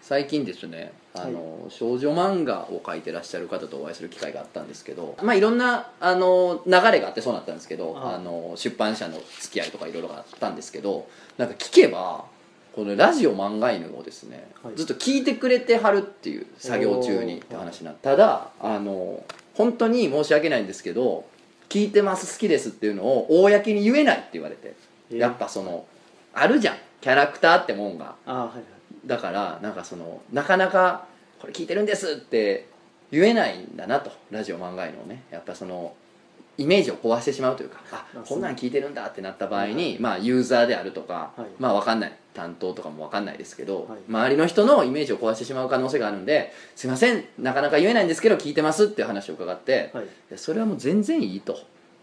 最近ですねあの、少女漫画を描いてらっしゃる方とお会いする機会があったんですけど、まあ、いろんなあの流れがあってそうなったんですけどああの出版社の付き合いとかいろいろあったんですけどなんか聞けばこのラジオ漫画犬をですね、はいずっと聞いてくれてはるっていう作業中にって話になってただあの本当に申し訳ないんですけど聞いてます好きですっていうのを公に言えないって言われてえやっぱそのあるじゃんキャラクターってもんがあはいはいだからなんかそのなかなかこれ聞いてるんですって言えないんだなとラジオ漫画へのねやっぱそのイメージを壊してしまうというかあまあこんなん聞いてるんだってなった場合に、まあユーザーであるとか、はいまあわかんない担当とかもわかんないですけど、はい周りの人のイメージを壊してしまう可能性があるんですいませんなかなか言えないんですけど聞いてますっていう話を伺って、はいいやそれはもう全然いいと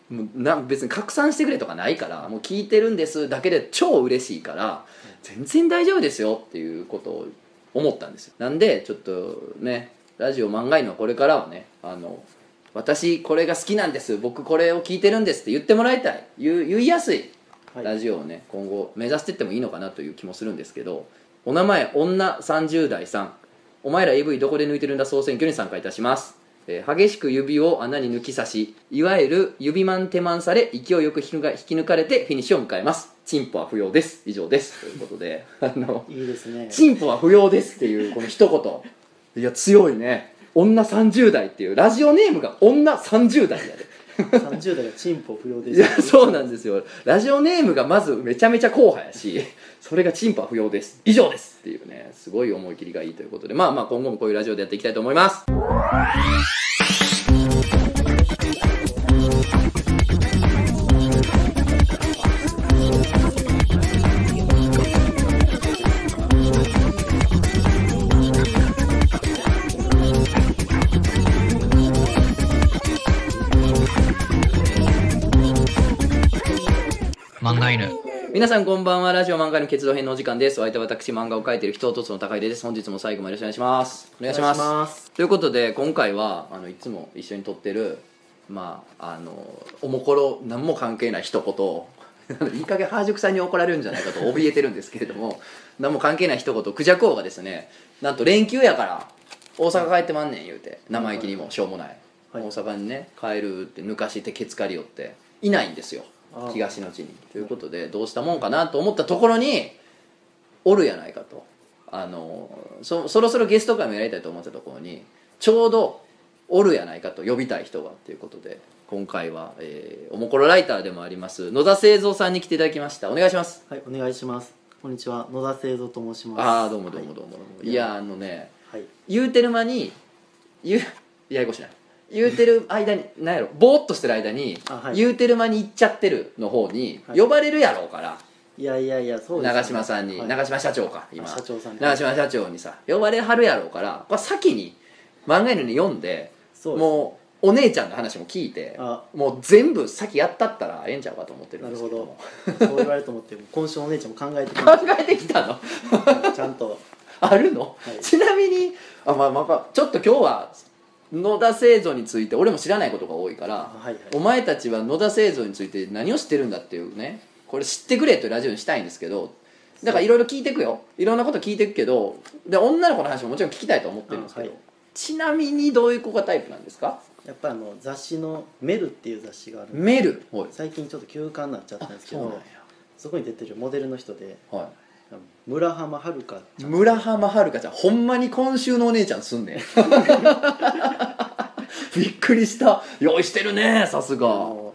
もうな別に拡散してくれとかないからもう聞いてるんですだけで超嬉しいから全然大丈夫ですよっていうことを思ったんですよなんでちょっとねラジオ漫画のこれからはねあの私これが好きなんです僕これを聞いてるんですって言ってもらいたい言う言いやすいはいラジオをね今後目指してってもいいのかなという気もするんですけどお名前女30代さんお前ら AV どこで抜いてるんだ総選挙に参加いたします、えー激しく指を穴に抜き刺しいわゆる指マン手マンされ勢いよく引き抜か引き抜かれてフィニッシュを迎えますチンポは不要です以上ですということで あのいいですねチンポは不要ですっていうこの一言いや強いね女30代っていうラジオネームが女30代やで30代がチンポ不要でいすやそうなんですよラジオネームがまずめちゃめちゃ硬派やしそれがチンパ不要です以上ですっていうねすごい思い切りがいいということでまあまあ今後もこういうラジオでやっていきたいと思います漫画犬皆さんこんばんはラジオ漫画の結動編のお時間ですお相手は私漫画を描いている人とつの高井です本日も最後までよろしくお願いしますお願いしますお願いしますということで今回はあのいつも一緒に撮ってるまああのおもころ何も関係ない一言を いい加減原宿さんに怒られるんじゃないかと怯えてるんですけれども 何も関係ない一言クジャク王がですねなんと連休やから大阪帰ってまんねん言うて生意気にもしょうもない、はい大阪にね帰るって抜かしてケツ借りよっていないんですよああ東の地にということでどうしたもんかなと思ったところにおるやないかとあのそそろそろゲスト会もやりたいと思ってたところにちょうどおるやないかと呼びたい人がということで今回は、えーおもころライターでもあります野田製造さんに来ていただきましたお願いしますはいお願いしますこんにちは野田製造と申しますああどうもどうもどうもどうも、はいい、やあのねはい言うてる間に言うややこしいない言うてる間に何やろぼーっとしてる間に、あはい言うてる間に行っちゃってるの方にはい呼ばれるやろうから、いやいやいやそうですね長嶋さんに、はい長嶋社長か今社長さんに長嶋社長にさ呼ばれはるやろうからこれ先に漫画犬に読んでそうですもうお姉ちゃんの話も聞いてあもう全部先やったったらええんちゃうかと思ってるんでなるすけほどどもそう言われると思って今週のお姉ちゃんも考えてきま考えてきたの したちゃんとあるの、はいちなみにあ、まあまあ、ちょっと今日は野田製造について俺も知らないことが多いから、あはいはいお前たちは野田製造について何を知ってるんだっていうねこれ知ってくれというラジオにしたいんですけどだからいろいろ聞いてくよいろんなこと聞いてくけどで女の子の話ももちろん聞きたいと思ってるんですけど、あはいちなみにどういう子がタイプなんですかやっぱりあの雑誌の「メル」っていう雑誌があるんでメルはい最近ちょっと休刊になっちゃったんですけそうどなんやそこに出てるモデルの人ではあの村浜遥香い村浜はるかちゃんほんまに今週のお姉ちゃんすん ねんびっくりした用意してるねさすあがはの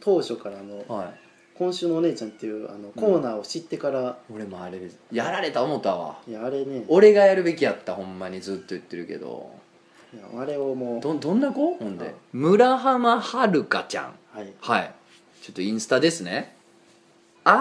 当初からあのい「今週のお姉ちゃん」っていうあのコーナーを知ってから、俺もあれやられた思ったわいやあれね俺がやるべきやったほんまにずっと言ってるけどいやあれをもうどどんな子ほんであ村浜はるかちゃんはいはいちょっとインスタですねあー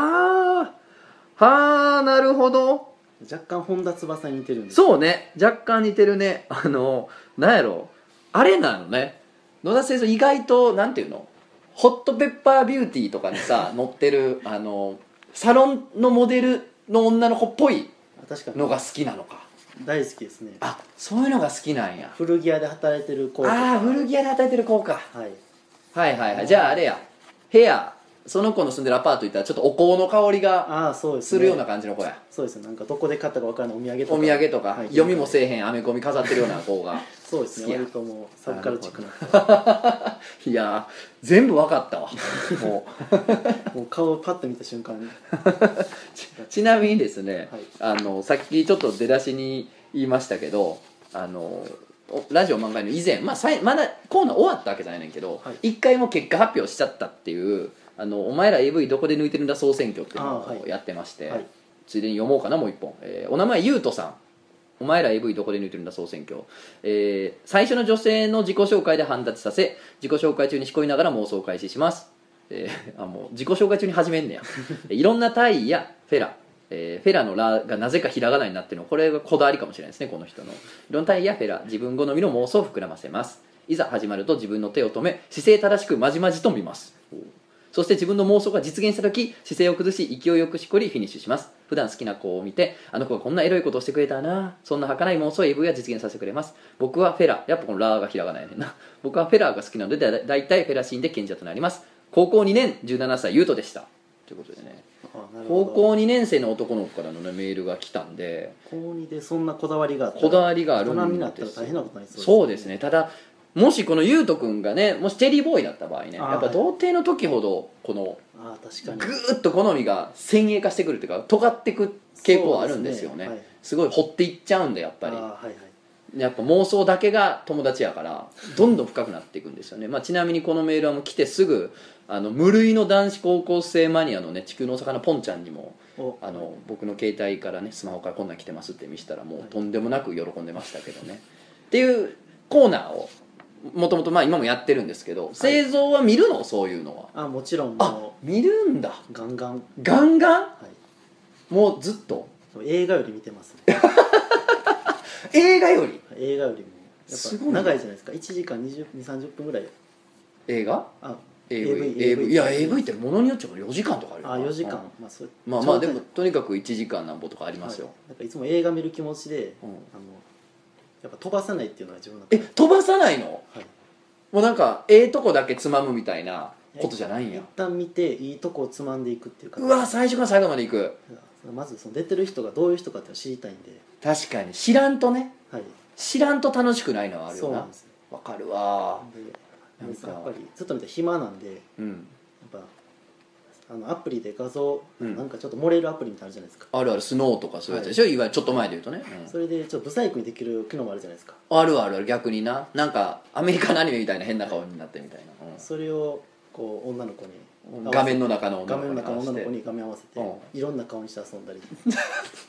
はあなるほど若干本田翼に似てるんですそうね若干似てるねあのなんやろあれなのね野田先生意外となんていうのホットペッパービューティーとかに さ載ってるあのサロンのモデルの女の子っぽいあ確かのにが好きなのか大好きですねあそういうのが好きなんや古着屋で働いてる子とかああ古着屋で与えてる子かはいはいはいはいじゃああれやヘアその子の住んでるアパート行ったらちょっとお香の香りがああそうです、すね、るような感じの子やそうですねなんかどこで買ったか分からないお土産とかお土産とかはい読みもせえへんアメコミ飾ってるような子 がそうです好きねや割ともうサブカルチックないやー全部わか ったわもうもう顔をパッと見た瞬間に、ちなみにですね、はいあのさっきちょっと出だしに言いましたけどあのおラジオ漫画の以前、まあ、さいまだコーナー終わったわけじゃないねんけどはい一、回も結果発表しちゃったっていう「あのお前ら AV どこで抜いてるんだ総選挙」っていうのあーをはいやってまして、はいついでに読もうかなもう一本、えーお名前ゆうとさんお前ら AV どこで抜いてるんだ総選挙、えー最初の女性の自己紹介で判断させ自己紹介中にしこりながら妄想を開始します、えーあもう自己紹介中に始めんねやえいろんなタイやフェラ、えーフェラの「ラ」がなぜかひらがなになってるのこれがこだわりかもしれないですねこの人のいろんなタイやフェラ自分好みの妄想を膨らませますいざ始まると自分の手を止め姿勢正しくまじまじと見ますそして自分の妄想が実現した時姿勢を崩し勢いよくしこりフィニッシュします普段好きな子を見てあの子がこんなエロいことをしてくれたなそんな儚い妄想を AV は実現させてくれます僕はフェラやっぱこのラーがひらがなやねんな僕はフェラーが好きなのでだだいたいフェラシーンで賢者となります高校2年17歳優斗でしたということでねあなる高ほど校2年生の男の子からの、ね、メールが来たんで高2でそんなこだわりがあったらこだわりがあるん大ですよ人になったら大変なことになりそうですそうですねただもしこの優斗君がねもしチェリーボーイだった場合ねあーやっぱ童貞の時ほどこのああ確かぐにーっと好みが先鋭化してくるっていうか尖ってく傾向はあるんですよねすそうですごい掘っていっちゃうんでやっぱはい、ありあはいはいやっぱ妄想だけが友達やからどんどん深くなっていくんですよね、まあ、ちなみにこのメールはもう来てすぐあの無類の男子高校生マニアのね地球のお魚ポンちゃんにもおあの僕の携帯からねスマホからこんなん来てますって見せたらもうとんでもなく喜んでましたけどねっていうコーナーをもともとまあ今もやってるんですけど製造は見るのそういうのはあもちろんあも見るんだうガンガン、はガンガンい、もうずっともう映画より見てます、映画より映画よりもやすっごいぱな長いじゃないですか1時間2 0 3 0分ぐらい映画あ AV, AV AV いや AV ってものによっちゃ4時間とかあるよあ4時間、うんまあそうまあまあちでょうどもとにかく1時間なんぼとかありいますよ、はい、なんかいつも映画見る気持ちで、うんあのやっぱ飛ばさないっていうのは自分の中えで飛ばさないのはい、もうなんかええとこだけつまむみたいなことじゃないんや一旦見ていいとこをつまんでいくっていうかうわ最初から最後までいくまずその出てる人がどういう人かっていうのを知りたいんで、確かに知らんとねはい、知らんと楽しくないのはあるそようななんわですよかるわでなんかやっぱりずっと見て暇なんでやっうんぱあのアプリで画像、うんなんかちょっと漏れるアプリみたいなのあるじゃないですかあるあるスノーとかそういうやつでしょ、い、わゆるちょっと前で言うとね、うんそれでちょっとブサイクにできる機能もあるじゃないですかあるあるある逆にななんかアメリカのアニメみたいな変な顔になってみたいな、うんそれをこう女の子に画面の中の画面の中の女の合子わせてに画面合わせて、ういろんな顔にして遊ん だり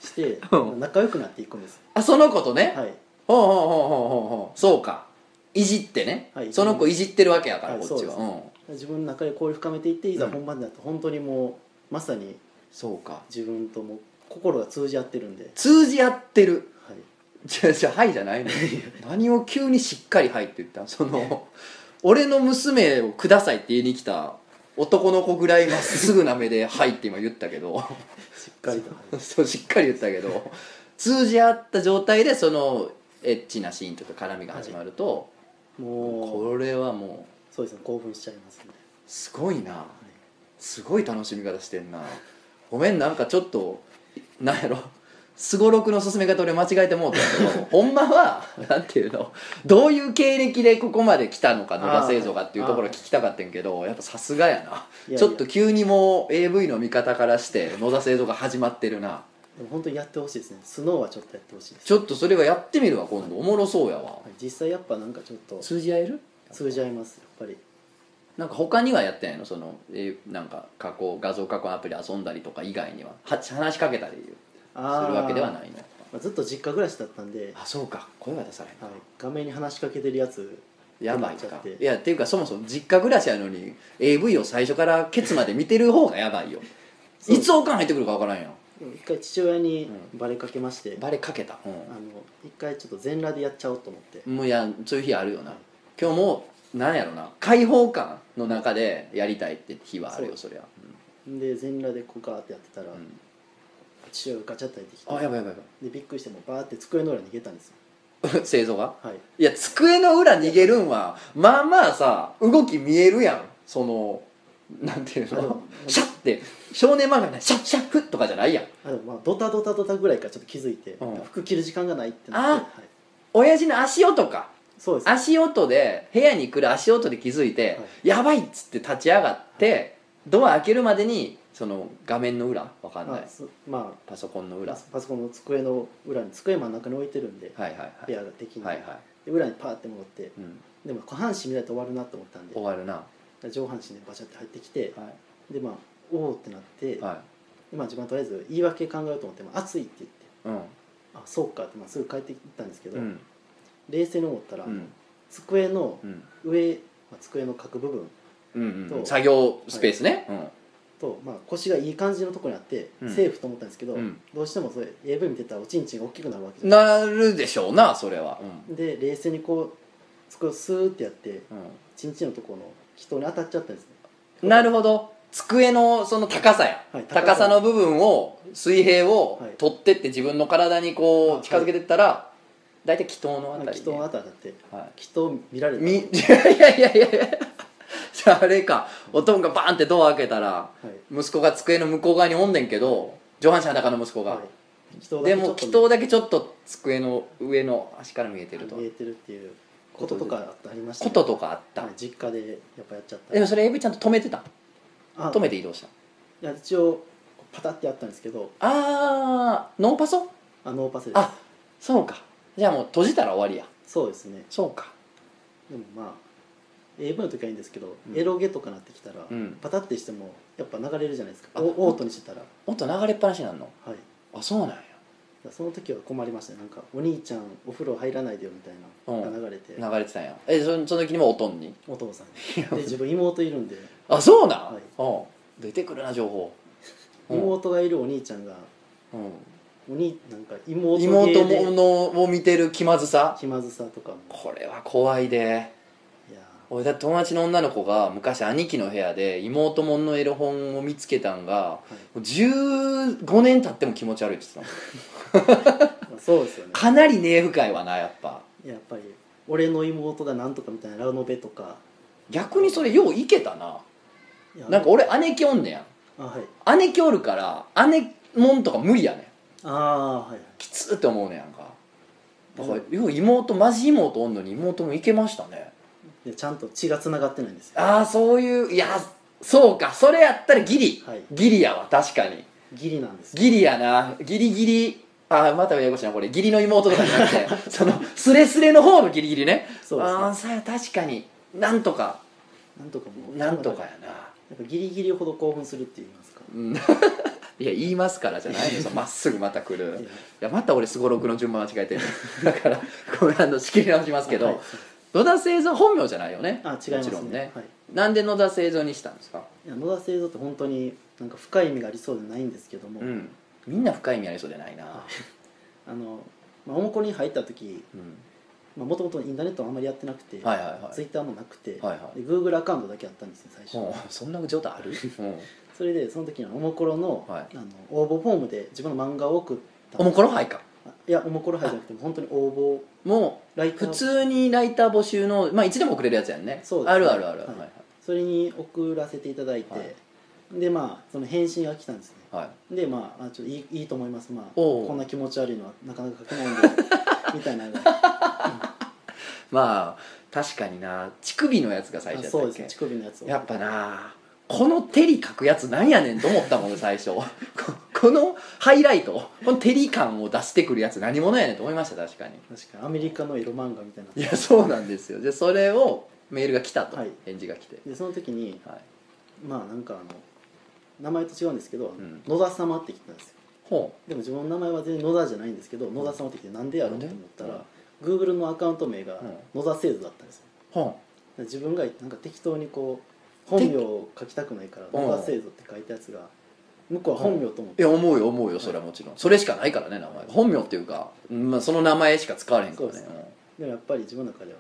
してう仲良くなっていくんですあその子とね、はいほうほうほうほうほうほうそうかいじってね、はいその子いじってるわけやから、はいこっちはそううん自分の中で交流深めていっていざうん本番になると本当にもうまさにそうか自分ともう心が通じ合ってるんで、通じ合ってる はい、じゃじゃはいじゃないの何を急にしっかり「はい」って言ったんその俺の娘をくださいって言いに来た男の子ぐらいまっすぐな目で「はい」って今言ったけど しっかりとはいそうしっかり言ったけど通じ合った状態でそのエッチなシーンとか絡みが始まると、もうこれはもうそうですね興奮しちゃいますねすごいなすごい楽しみ方してんなごめんなんかちょっとなんやろすごろくの進め方俺間違えてもうたけどほんまはなんていうのどういう経歴でここまで来たのか野田製造がっていうところ聞きたかったんやけどやっぱさすがやないやいやちょっと急にもう AV の見方からして野田製造が始まってるなでも本当にやってほしいですねスノーはちょっとやってほしいです、ちょっとそれはやってみるわ今度おもろそうやわはい、実際やっぱなんかちょっと通じ合える通じ合いますやっぱりなんか他にはやってないのそのえなんか加工画像加工アプリ遊んだりとか以外にはは話しかけたりするあーわけではないのまあ、ずっと実家暮らしだったんで、あそうか声が出されはい、画面に話しかけてるやつやばい困っちゃかっていやっていうかそもそも実家暮らしやのに AV を最初からケツまで見てる方がやばいよそういつおかん入ってくるかわからんやん一回父親にバレかけまして、あバレかけた、の一回ちょっと全裸でやっちゃおうと思って、うん、もういやそういう日あるよな今日もなんやろな開放感の中でやりたいって日はあるよそりゃ、で全裸でこうガーってやってたら、うんうん父親がガチャって入ってきてあやばいやばいやでびっくりしてもうバーって机の裏に逃げたんですよばい 製造がはいいや机の裏逃げるんはまあまあさ動き見えるやんそのなんていうあののシャッて少年漫画みたいにシャッシャッフッとかじゃないやんあでもまあドタドタドタぐらいからちょっと気づいて、うん服着る時間がないってなって、はい、親父の足音かそうです足音で部屋に来る足音で気づいて、はいやばいっつって立ち上がってドア開けるまでにその画面の裏わかんない、まあすまパソコンのあ裏、パソコンの机の裏に机真ん中に置いてるんで、はいはいは部い屋が的に、はいはで裏にパーって戻ってい、うん、でも下半身見ないと終わるなと思ったんで終わるなは上半身でバシャって入ってきてい、でまあおおってなって、はでまあ自分はとりあえず言い訳考えようと思って「まあ、暑い」って言ってい、うん「あそうか」って、まあ、すぐ帰ってきたんですけど、うん冷静に思ったら、うん机のうん上、まあ、机の角部分うんうんと作業スペースね、と、まあ、腰がいい感じのところにあって、うんセーフと思ったんですけど、うんどうしてもそれ AV 見てたらおちんちんが大きくなるわけうじんゃななるでしょうなそれはうんいで冷静にこう机をスーってやってうちんちんのところの人に当たっちゃったんですねん、なるほど机のその高さや、はい高さの部分を水平をはい取ってって自分の体にこあう近づけてったら大体、祈祷のあたり、ね、人の当たっちゃってはい人見られたみ いやいやいやいやじゃああれかおとんがバーンってドア開けたらはい息子が机の向こう側におんねんけど上半身裸の息子が、はい、人だけでちょもっと祈祷だけちょっと机の上の足から見えてると見えてるっていうこととかありましたこねととかあった、はい実家でやっぱやっちゃったでもそれ AV ちゃんと止めてたあ止めて移動したいや一応パタってやったんですけどあーノーパソあノーパスですあそうかじゃあもう閉じたら終わりやそうですねそうかでもまあ AV の時はいいんですけど、うんエロゲとかなってきたら、うんパタってしてもやっぱ流れるじゃないですかあおオートにしてたらはい音流れっぱなしなんのだかあそうなんやらその時は困りましたねなんか「お兄ちゃんお風呂入らないでよ」みたいなうんのが流れて、流れてたんやえそその時にもおとんにお父さんにで自分妹いるんであそうなん、はういん出てくるな情報うん妹がいるお兄ちゃんがうお兄なんかん、妹妹芸もでのを見てる気まずさ気まずさとかもこれは怖いでいや俺だって友達の女の子が昔兄貴の部屋で妹もんのエロ本を見つけたんがもう15年経っても気持ち悪いって言ってたもんー、まあ、そうですよねかなり根深いわなやっぱやっぱり俺の妹がなんとかみたいなラノベとか逆にそれよういけたないやなんか俺姉貴おんねあはいやん姉貴おるから姉もんとか無理やねんああはいはいきつーって思うねやんかだからよう妹マジ妹おんのに妹もいけましたねでちゃんと血がつながってないんですよああそういういやそうかそれやったらギリ、はいギリやわ確かにギリなんですよギリやなギリギリああまたややこしいなこれ義理の妹とかじゃな くてそのスレスレの方のギリギリねそうですねああさあ確かになんとかなんとかもうなんとかややなっぱギリギリほど興奮するって言いますかうんいや言いますからじゃ ないよそのまっすぐまた来いるやいやまた俺すごろくの順番間違えてるだからごめんあの仕切り直しますけど、はい野田製造本名じゃないよねあ違いまもすちねろんね、はい、なんで野田製造にしたんですかいや野田製造って本当になんか深い意味がありそうでないんですけども、うん、みんな深い意味ありそうでないなは、あの、まあ、おもこに入った時うん、もともとインターネットはあんまりやってなくて、はいはいはいツイッターもなくて、はいはいで Google アカウントだけあったんですね最初、もうそんな状態ある、うん、それでその時のおもころの,、はいあの応募フォームで自分の漫画を送ったおもころ杯かいやおもころ入じゃなくて本当に応募もライうター普通にライター募集のまあいつでも送れるやつやんねそうですねあるあるあるはいはいそれに送らせていただいて、はいでまあその返信が来たんですねはい、でまああちょっといいいいと思いますまあおうこんな気持ち悪いのはなかなか書けないんで みたいなのがまあ確かにな乳首のやつが最初やったっそうですけね乳首のやつをやっぱなこの照り描くやつなんやねんと思ったもん最初 ここのハイライトこの照り感を出してくるやつ何者やねんと思いました確かに確かにアメリカのエロ漫画みたいいなやそうなんですよでそれをメールが来たと、はい返事が来てでその時にはいまあなんかあの名前と違うんですけど、ん野田様って来たんですよほでも自分の名前は全然野田じゃないんですけど野田様って来てなんでやろうと思ったなんらで Google のアカウント名が野田製造だったんですようほ自分がなんか適当にこう本名を書きたくないから「うん野田製造」って書いたやつが向こうは本名と思っういて、や思うよ思うよそれはもちろん、それしかないからね名前本名っていうか、まあ、その名前しか使われへんからねそうでもやっぱり自分の中では、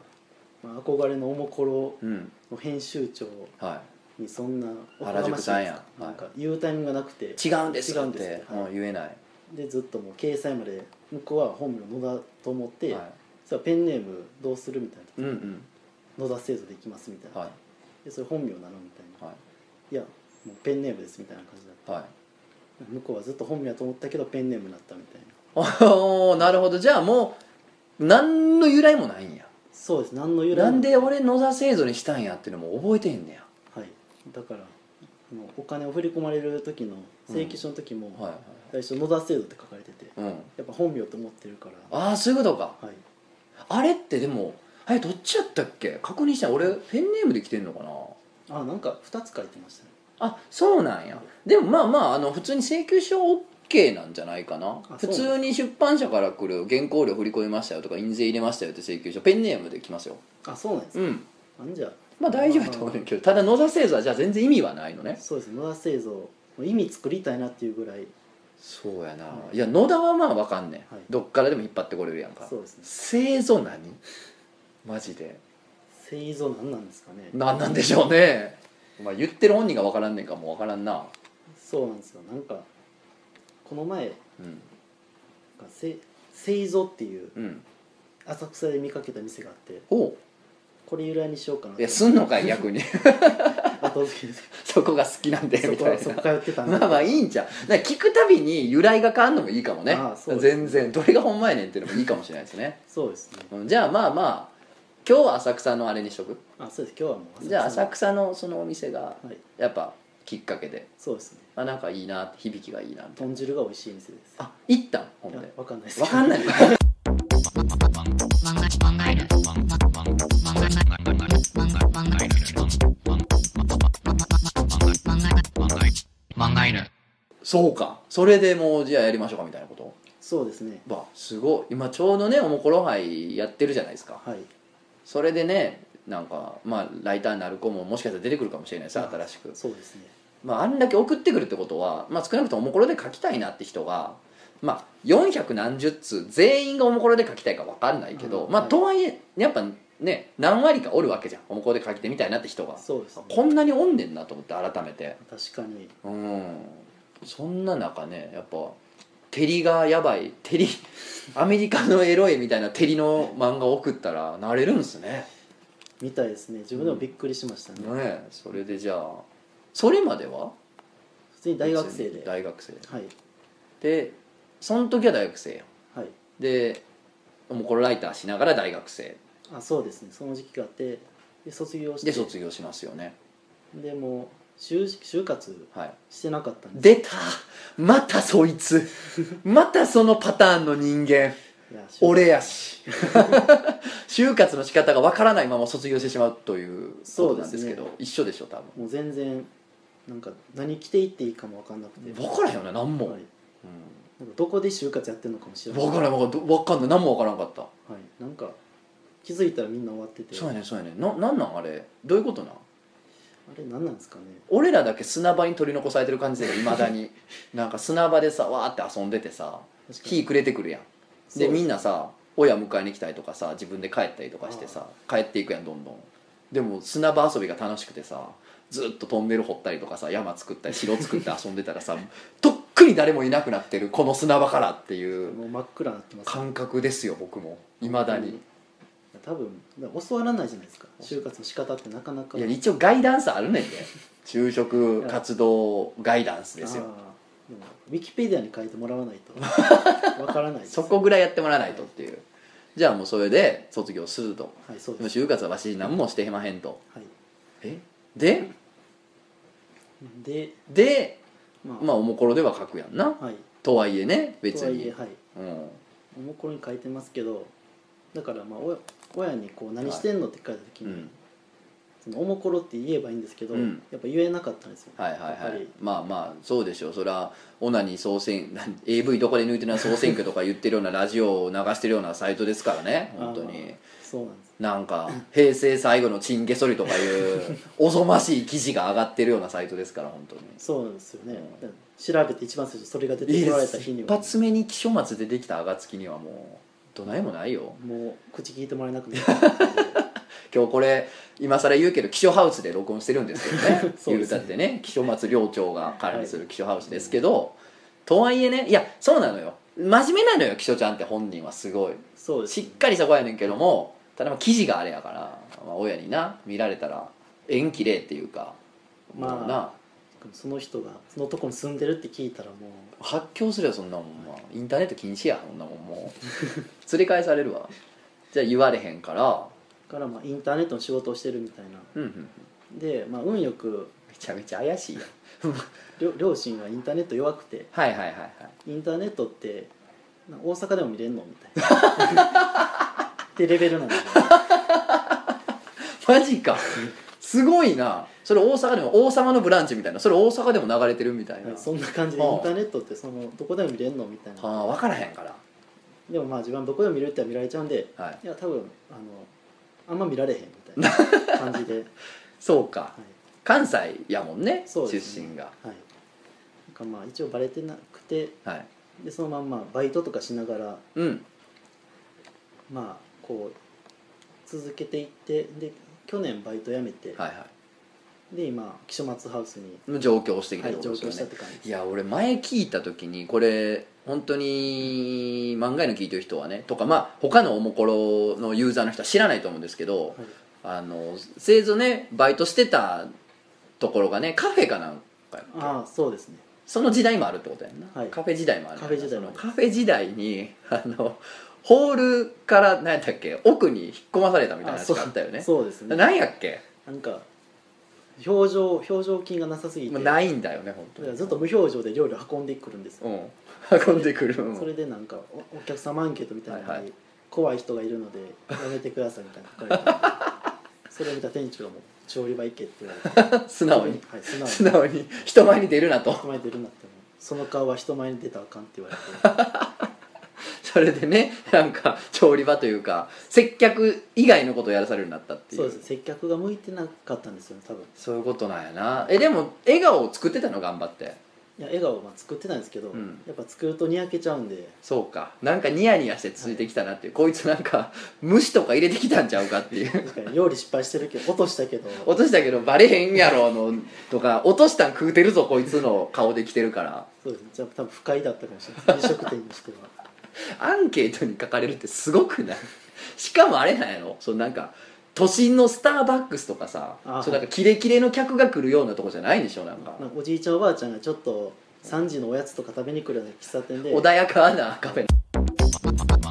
まあ、憧れのおもころうんうんの編集長はにそんなお原宿さんやはいなんか言うタイミングがなくてい違うんですって違うんですってはいうん言えない、でずっともう掲載まで向こうは本名野田と思って、はそれはペンネームどうするみたいい、うんうんな野田製造でいきますみたいな、はいでそれ本名なのみたいなはいいやもうペンネームですみたいな感じだっはいた向こうはずっと本名やと思ったけどペンネームになったみたいなおーなるほどじゃあもう何の由来もないんやそうです何の由来もなんで俺野田製造にしたんやっていうのも覚えてんねやはいだからあのお金を振り込まれる時の請求書の時も、はいは最初野田制度って書かれててい、うん、やっぱ本名と思ってるからああそういうことかはいあれってでもあれどっちやったっけ確認したい俺ペンネームで来てんのかなあなんか2つ書いてましたねあそうなんやでもまあまああの普通に請求書 OK なんじゃないかなあ普そうなんです通に出版社から来る原稿料振り込みましたよとか印税入れましたよって請求書ペンネームで来ますよあそうなんですうか、んあんじゃまあ大丈夫やと思うねんけどただ野田製造はじゃあ全然意味はないのねそうです野田製造意味作りたいなっていうぐらいそうやな、はいい、や野田はまあわかんねん、はいどっからでも引っ張ってこれるやんかそうですね製造何マジで製造なんなんですかね何なんでしょうねまあ言ってる本人がわからんねんかもわからんなそうなんですよなんかこの前うんがせ製造っていううん浅草で見かけた店があっておうこれ由来にしようかないやすんのかい逆に 後付けで そこが好きなんでそみこたはいそなこ通ってたん でまあまあいいんちゃうなんか聞くたびに由来が変わるのもいいかもねああそうです全ね然どれがほんまやねんっていうのもいいかもしれないですね、そうですねうんじゃあまあまあ今日は浅草のあれにしとくあそうです今日はもうじゃあ浅草草のそのお店がはいやっぱきっかけでそうですねあなんかいいなって響きがいいなみたい豚汁が美味しい店ですなあ行ったんほんいやでわかんないですわかんないいそうかそれでもうじゃあやりましょうかみたいなこと そうですねわすごい今ちょうどねおもころ杯やってるじゃないですかはいそれでねなんかまあライターになる子ももしかしたら出てくるかもしれないですうん新しくそうですねまあ、あんだけ送ってくるってことは、まあ、少なくともおもころで書きたいなって人が、まあ、400何十通全員がおもころで書きたいか分かんないけど、うんまあ、はいとはいえやっぱね何割かおるわけじゃんおもころで書きてみたいなって人がそうですねこんなにおんねんなと思って改めて確かにうんそんな中ねやっぱ照りがやばい照りアメリカのエロいみたいな照りの漫画送ったらなれるんすねみたいですね自分でもびっくりしましたね、ねそれでじゃあそれまでは普通に大学生ではい大学生はいでその時は大学生やんでもうこれライターしながら大学生あそうですねその時期があってで卒業してで卒業しますよねでもう就就活はいしてなかったんで出たまたそいつまたそのパターンの人間いや就活俺や し就活の仕方がわからないまま卒業してしまうということなんですけどそう一緒でしょ多分もう全然なんか何着ていっていいかも分かんなくて分からへんよね何も、はいうんなんかどこで就活やってるのかもしれない分からん分からん分かんない何も分からんかったはい、なんか気づいたらみんな終わっててそうやねそうやねななんなんあれどういうことなんあれ何なんですかね俺らだけ砂場に取り残されてる感じでいまだになんか砂場でさわーって遊んでてさ確かに日暮れてくるやんでみんなさ親迎えに来たりとかさ自分で帰ったりとかしてさ帰っていくやんどんどんでも砂場遊びが楽しくてさずっとトンネル掘ったりとかさ山作ったり城作って遊んでたらさとっくに誰もいなくなってるこの砂場からっていうもう真っ暗になってます感覚ですよ僕もいまだに多分だから教わらないじゃないですか就活の仕方ってなかなかいや一応ガイダンスあるねんで就職活動ガイダンスですよあーでもウィキペディアに書いてもらわないと わからないですそこぐらいやってもらわないとっていうじゃあもうそれで卒業するとはいそうでもです就活はわし何もしてへまへんとはいえでででまあ、まあおもころでは書くやんなはいとはいえね別とはいえにはいうんおもころに書いてますけどだからまあ親親にこう何してんのって書いた時うに、んそのおもころって言えばいいんですけど、うんやっぱ言えなかったんですよ、はいはいやっぱはいりまあまあそうでしょうそれはオナに総選 なん AV どこで抜いてるのは総選挙とか言ってるようなラジオを流してるようなサイトですからね本当にあーそうなんですなんか平成最後のチンゲソリとか いうおぞましい記事が上がってるようなサイトですから本当にそうなんですよね、うんだから調べて一番最初それが出ていいこらでれすた日に一は発目に起承末でできた暁にはもうどないもないよもう口聞いてもらえなくなっちゃった今日これ今更言うけど気象ハウスで録音してるんですけどね そう言でうすたねってね気象松寮長が管理する気象ハウスですけど、とはいえねいやそうなのよ真面目なのよ気象ちゃんって本人はすごいそうです、しねっ、かりそこやねんけどもただまあ記事があれやから、まあ、親にな見られたら縁切れっていうかまあもうなでもその人がそのとこに住んでるって聞いたらもう発狂するよそんなもん、まあ、インターネット禁止やそんなもんもう連れ返されるわじゃあ言われへんからからまあインターネットの仕事をしてるみたいなうんうんで、まあ、運よくめちゃめちゃ怪しいやんりょ両親がインターネット弱くてはいはいはいはいインターネットってな大阪でも見れんのみたいなってレベルなん だよマジかすごいなそれ大阪でも「王様のブランチ」みたいなそれ大阪でも流れてるみたいな、ねそんな感じであイあンターネットってそのどこでも見れんのみたいなはあ分からへんからでもまあ自分はどこでも見れるっては見られちゃうんではいいや多分あのあんま見られへんみたいな感 じで、はいそうか関西やもんねそうです出ね身がはい、なんかまあ一応バレてなくてはいでそのまんまバイトとかしながらうんまあこう続けていってで去年バイト辞めて、はいはで今木書松ハウスに、い上京してきてはいる、って上ことで京すしたよっねて感じいや俺前聞いた時にこれ本当に漫画の聞いてる人はねとかまあ他のおもころのユーザーの人は知らないと思うんですけど、はいあの製造ねバイトしてたところがねカフェかなんかやっけああそうですねその時代もあるってことやんな、はいカフェ時代もあるやんなカフェ時代もあるそのカフェ時代にあのホールから何やったっけ奥に引っ込まされたみたいなあ話そうがあったよねそうですね何やっけ、なんか表情表情筋がなさすぎてまあ、ないんだよね本当いやにずっと無表情で料理を運んでくるんですようん運んでくるうんそれでなんかおお客様アンケートみたいなのに、はいはい怖い人がいるのでやめてくださいみたいなの書かれて てそれを見た店長がもう「調理場行け」って言われて素直にはい、素直に素直に人前に出るなと 人前に出るなってもその顔は人前に出たらあかんって言われてそれでねなんか調理場というか接客以外のことをやらされるようになったっていうそうです接客が向いてなかったんですよね多分そういうことなんやなえでも笑顔を作ってたの頑張っていや笑顔をまあ作ってたんですけど、うんやっぱ作るとにやけちゃうんでそうかなんかニヤニヤして続いてきたなっていう、こいつなんか虫とか入れてきたんちゃうかっていう 確かに料理失敗してるけど落としたけど落としたけどバレへんやろのとか落としたん食うてるぞこいつの顔できてるからそうですねじゃあ多分不快だったかもしれないです飲食店 にしてはアンケートに書かれるってすごくないしかもあれなんやろそのなんか都心のスターバックスとかさあそうなんかキレキレの客が来るようなとこじゃないんでしょなんかなんかおじいちゃんおばあちゃんがちょっと3時のおやつとか食べに来るような喫茶店で穏やかなカフェ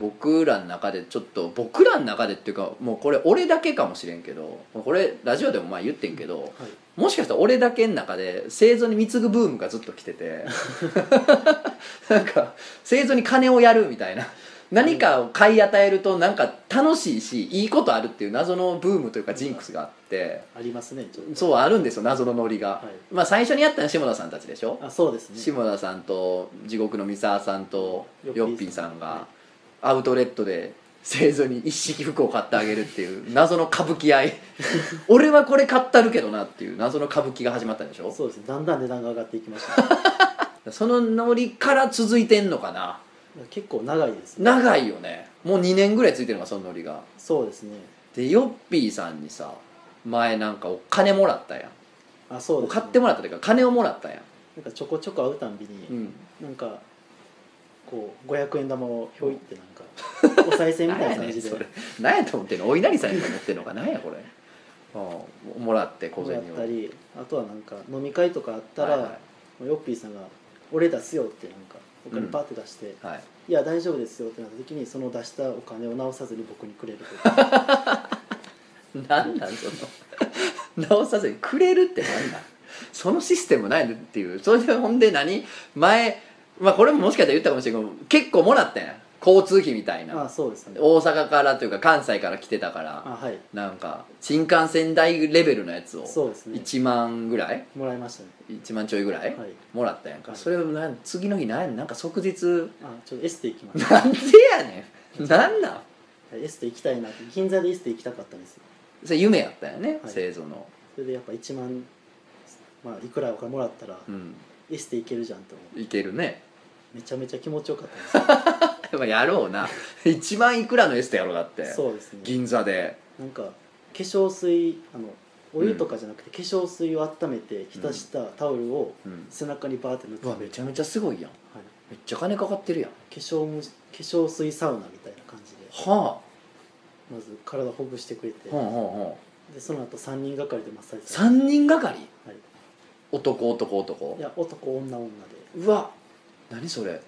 僕らの中でちょっと僕らの中でっていうかもうこれ俺だけかもしれんけどこれラジオでも前言ってんけどはいもしかしたら俺だけの中で製造に貢ぐブームがずっと来ててなんか製造に金をやるみたいな何かを買い与えるとなんか楽しいしいいことあるっていう謎のブームというかジンクスがあってありますねちょっとそうあるんですよ謎のノリが、いまあ最初にやったのは下田さんたちでしょあそうですね下田さんと地獄の三沢さんとヨッピーヨさんッピーさんはがアウトレットで製造に一式服を買ってあげるっていう謎の歌舞伎 愛俺はこれ買ったるけどなっていう謎の歌舞伎が始まったんでしょそうですねだんだん値段が上がっていきま した、ね、そのノリから続いてんのかな結構長いですね長いよねもう2年ぐらいついてるのかそのノリがそうですねでヨッピーさんにさ前なんかお金もらったやん、あそうです、ね、買ってもらったというか金をもらったやん、なんかちょこちょこ会うたんびに、なんかこう500円玉をひょいって なんかお賽銭み何たいやねな感んじでそれ何やと思ってんのお稲荷さんやと思ってんのか何や これうんもらって小もら銭っをたりあとはなんか飲み会とかあったら、はいはヨッピーさんが「俺出すよ」ってなんかお金パッて出して「い、はいいや大丈夫ですよ」ってなった時にその出したお金を直さずに僕にくれると かなんなんその直さずにくれるってなんなんそのシステムないっていうそれでほんで何前、まあ、これももしかしたら言ったかもしれないけど結構もらったやん交通費みたいあなあそうですね大阪からというか関西から来てたからあはいなんか新幹線代レベルのやつをそうですね1万ぐらいもらいましたね1万ちょいぐらいはいもらったやんか、はいそれをなん次の日何やねんなんか即日 あちょっとエステ行きましなんでやねんなんなんたエステ行きたいなって銀座でエステ行きたかったんですよそれ夢やったよね、はい製造のそれでやっぱ1万まあいくらお金もらったらうんエステ行けるじゃんと思っていけるねめちゃめちゃ気持ちよかったんですよまあやろうな1万いくらのエステやろうだってそうですね銀座でなんか化粧水あのお湯とかじゃなくて化粧水を温めて浸したタオルをうん背中にバーって塗ってうわ食べめるちゃめちゃすごいやんはいめっちゃ金かかってるやん化粧む化粧水サウナみたいな感じではまず体ほぐしてくれてあはあはあでその後3人がかりでマッサージされて3人がかりはい男男男いや男女女でうわ何それ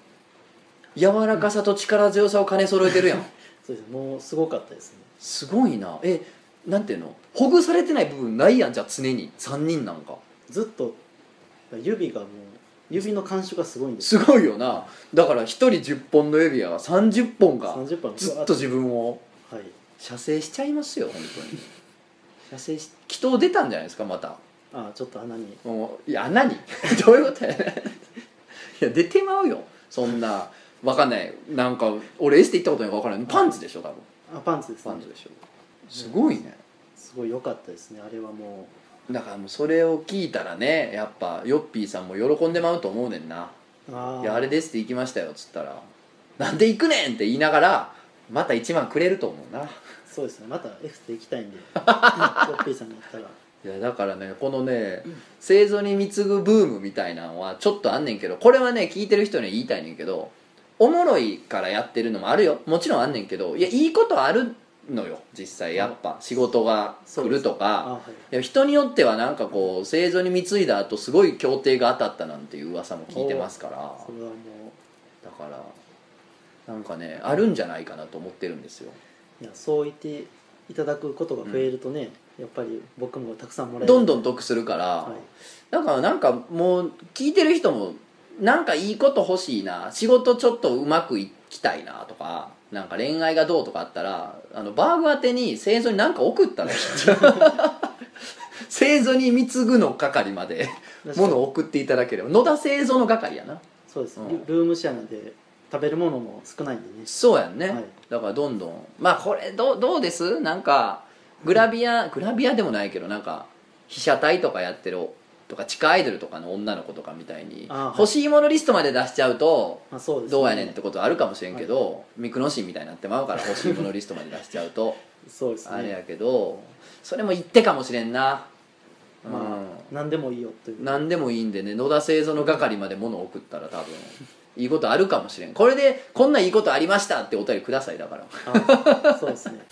柔らかさと力強さを兼ね揃えてるやんそうですねもうすごかったですねすごいなえなんていうのほぐされてない部分ないやんじゃあ常に3人なんかずっと指がもう指の感触がすごいんですすごいよなだから1人10本の指輪が30本が30分ずっと自分をはい射精しちゃいますよ本当に射精し祈祷出たんじゃないですかまたあちょっと穴にもういや何 どういうことやねんいや出てまうよそんなわかんないなんか俺エステ行ったことないからわからないパンツでしょ多分あパンツですパねンツでしょすごいねすごい良かったですねあれはもだからもうそれを聞いたらねやっぱヨッピーさんも喜んでまうと思うねんなうあ「ーいやあれです」って行きましたよっつったら「なんで行くねん!」って言いながらまた1万くれると思うなそうですねまた F で行きたいんでロッピーさんに言ったらいやだからねこのね製造に貢ぐブームみたいなのはちょっとあんねんけどこれはね聞いてる人には言いたいねんけどおもろいからやってるのもあるよもちろんあんねんけどいやいいことあるのよ実際やっぱ仕事が来るとあかはいいや人によってはなんかこう製造に貢いだ後すごい協定が当たったなんていう噂も聞いてますからそれはもだからなんかねあるんじゃないかなと思ってるんですよういやそう言っていただくことが増えるとね、やっぱり僕もたくさんもらえるどんどんん得するから、はいだからなんかもう聞いてる人もなんかいいこと欲しいな仕事ちょっとうまくいきたいなとかなんか恋愛がどうとかあったらあのバーグ宛てに製造に何か送った らいいじゃん製造に貢ぐの係まで確かに物を送っていただければ野田製造の係やなそうです、うんルルームシェアなんで食べるものも少ないんでねそうやんね、はいだからどんどんまあこれどうどうですなんかグラビアグラビアでもないけどなんか被写体とかやってるとか地下アイドルとかの女の子とかみたいにあーはい欲しいものリストまで出しちゃうとまあそうです、どうやねんってことはあるかもしれんけど、ミクノシンみたいになってまうから欲しいものリストまで出しちゃうとそうですねあれやけどそれも一手かもしれんな、うんまあ何でもいいよという何でもいいんでね野田製造の係まで物を送ったら多分 いいことあるかもしれんこれでこんないいことありましたってお便りくださいだから あそうですね